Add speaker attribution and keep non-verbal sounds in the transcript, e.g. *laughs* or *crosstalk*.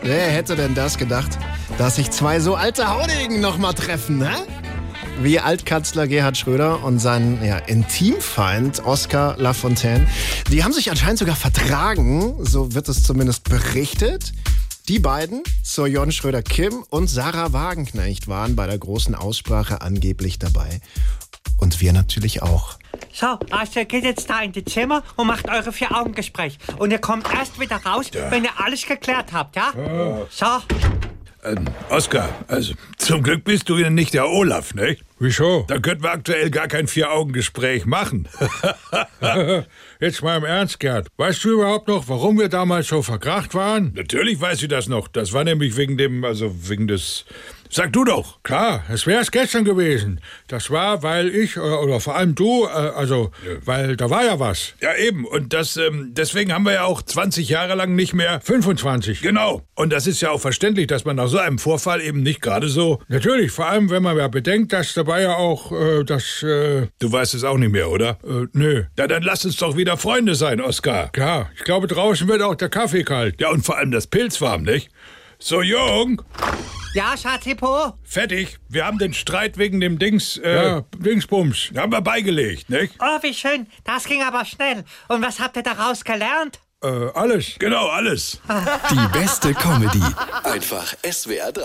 Speaker 1: Wer hätte denn das gedacht, dass sich zwei so alte Haudegen nochmal treffen, ne? Wie Altkanzler Gerhard Schröder und sein ja, Intimfeind Oskar Lafontaine. Die haben sich anscheinend sogar vertragen, so wird es zumindest berichtet. Die beiden, Sojon Schröder-Kim und Sarah Wagenknecht, waren bei der großen Aussprache angeblich dabei. Und wir natürlich auch.
Speaker 2: So, also ihr geht jetzt da in die Zimmer und macht eure Vier-Augen-Gespräch. Und ihr kommt erst wieder raus, wenn ihr alles geklärt habt, ja? So,
Speaker 3: Ähm, Oskar, also zum Glück bist du ja nicht der Olaf, ne?
Speaker 4: Wieso?
Speaker 3: Da könnten wir aktuell gar kein Vier-Augen-Gespräch machen.
Speaker 4: *laughs* Jetzt mal im Ernst, Gerd. Weißt du überhaupt noch, warum wir damals so verkracht waren?
Speaker 3: Natürlich weiß sie das noch. Das war nämlich wegen dem, also wegen des. Sag du doch.
Speaker 4: Klar, es wär's gestern gewesen. Das war, weil ich, äh, oder vor allem du, äh, also, weil da war ja was.
Speaker 3: Ja, eben. Und das, ähm, deswegen haben wir ja auch 20 Jahre lang nicht mehr.
Speaker 4: 25.
Speaker 3: Genau. Und das ist ja auch verständlich, dass man nach so einem Vorfall eben nicht gerade so.
Speaker 4: Natürlich, vor allem, wenn man ja bedenkt, dass dabei ja auch, äh, das, äh,
Speaker 3: Du weißt es auch nicht mehr, oder?
Speaker 4: äh, nö.
Speaker 3: Ja, dann lass uns doch wieder Freunde sein, Oskar.
Speaker 4: Klar, ich glaube, draußen wird auch der Kaffee kalt.
Speaker 3: Ja, und vor allem das Pilz warm, nicht? So jung,
Speaker 2: ja, Schatzipo?
Speaker 3: fertig. Wir haben den Streit wegen dem Dings, äh,
Speaker 4: Ja, Dingsbums.
Speaker 3: haben wir beigelegt, nicht?
Speaker 2: Oh, wie schön, das ging aber schnell. Und was habt ihr daraus gelernt?
Speaker 4: Äh, alles.
Speaker 3: Genau, alles.
Speaker 5: Die beste Comedy. Einfach SWR 3.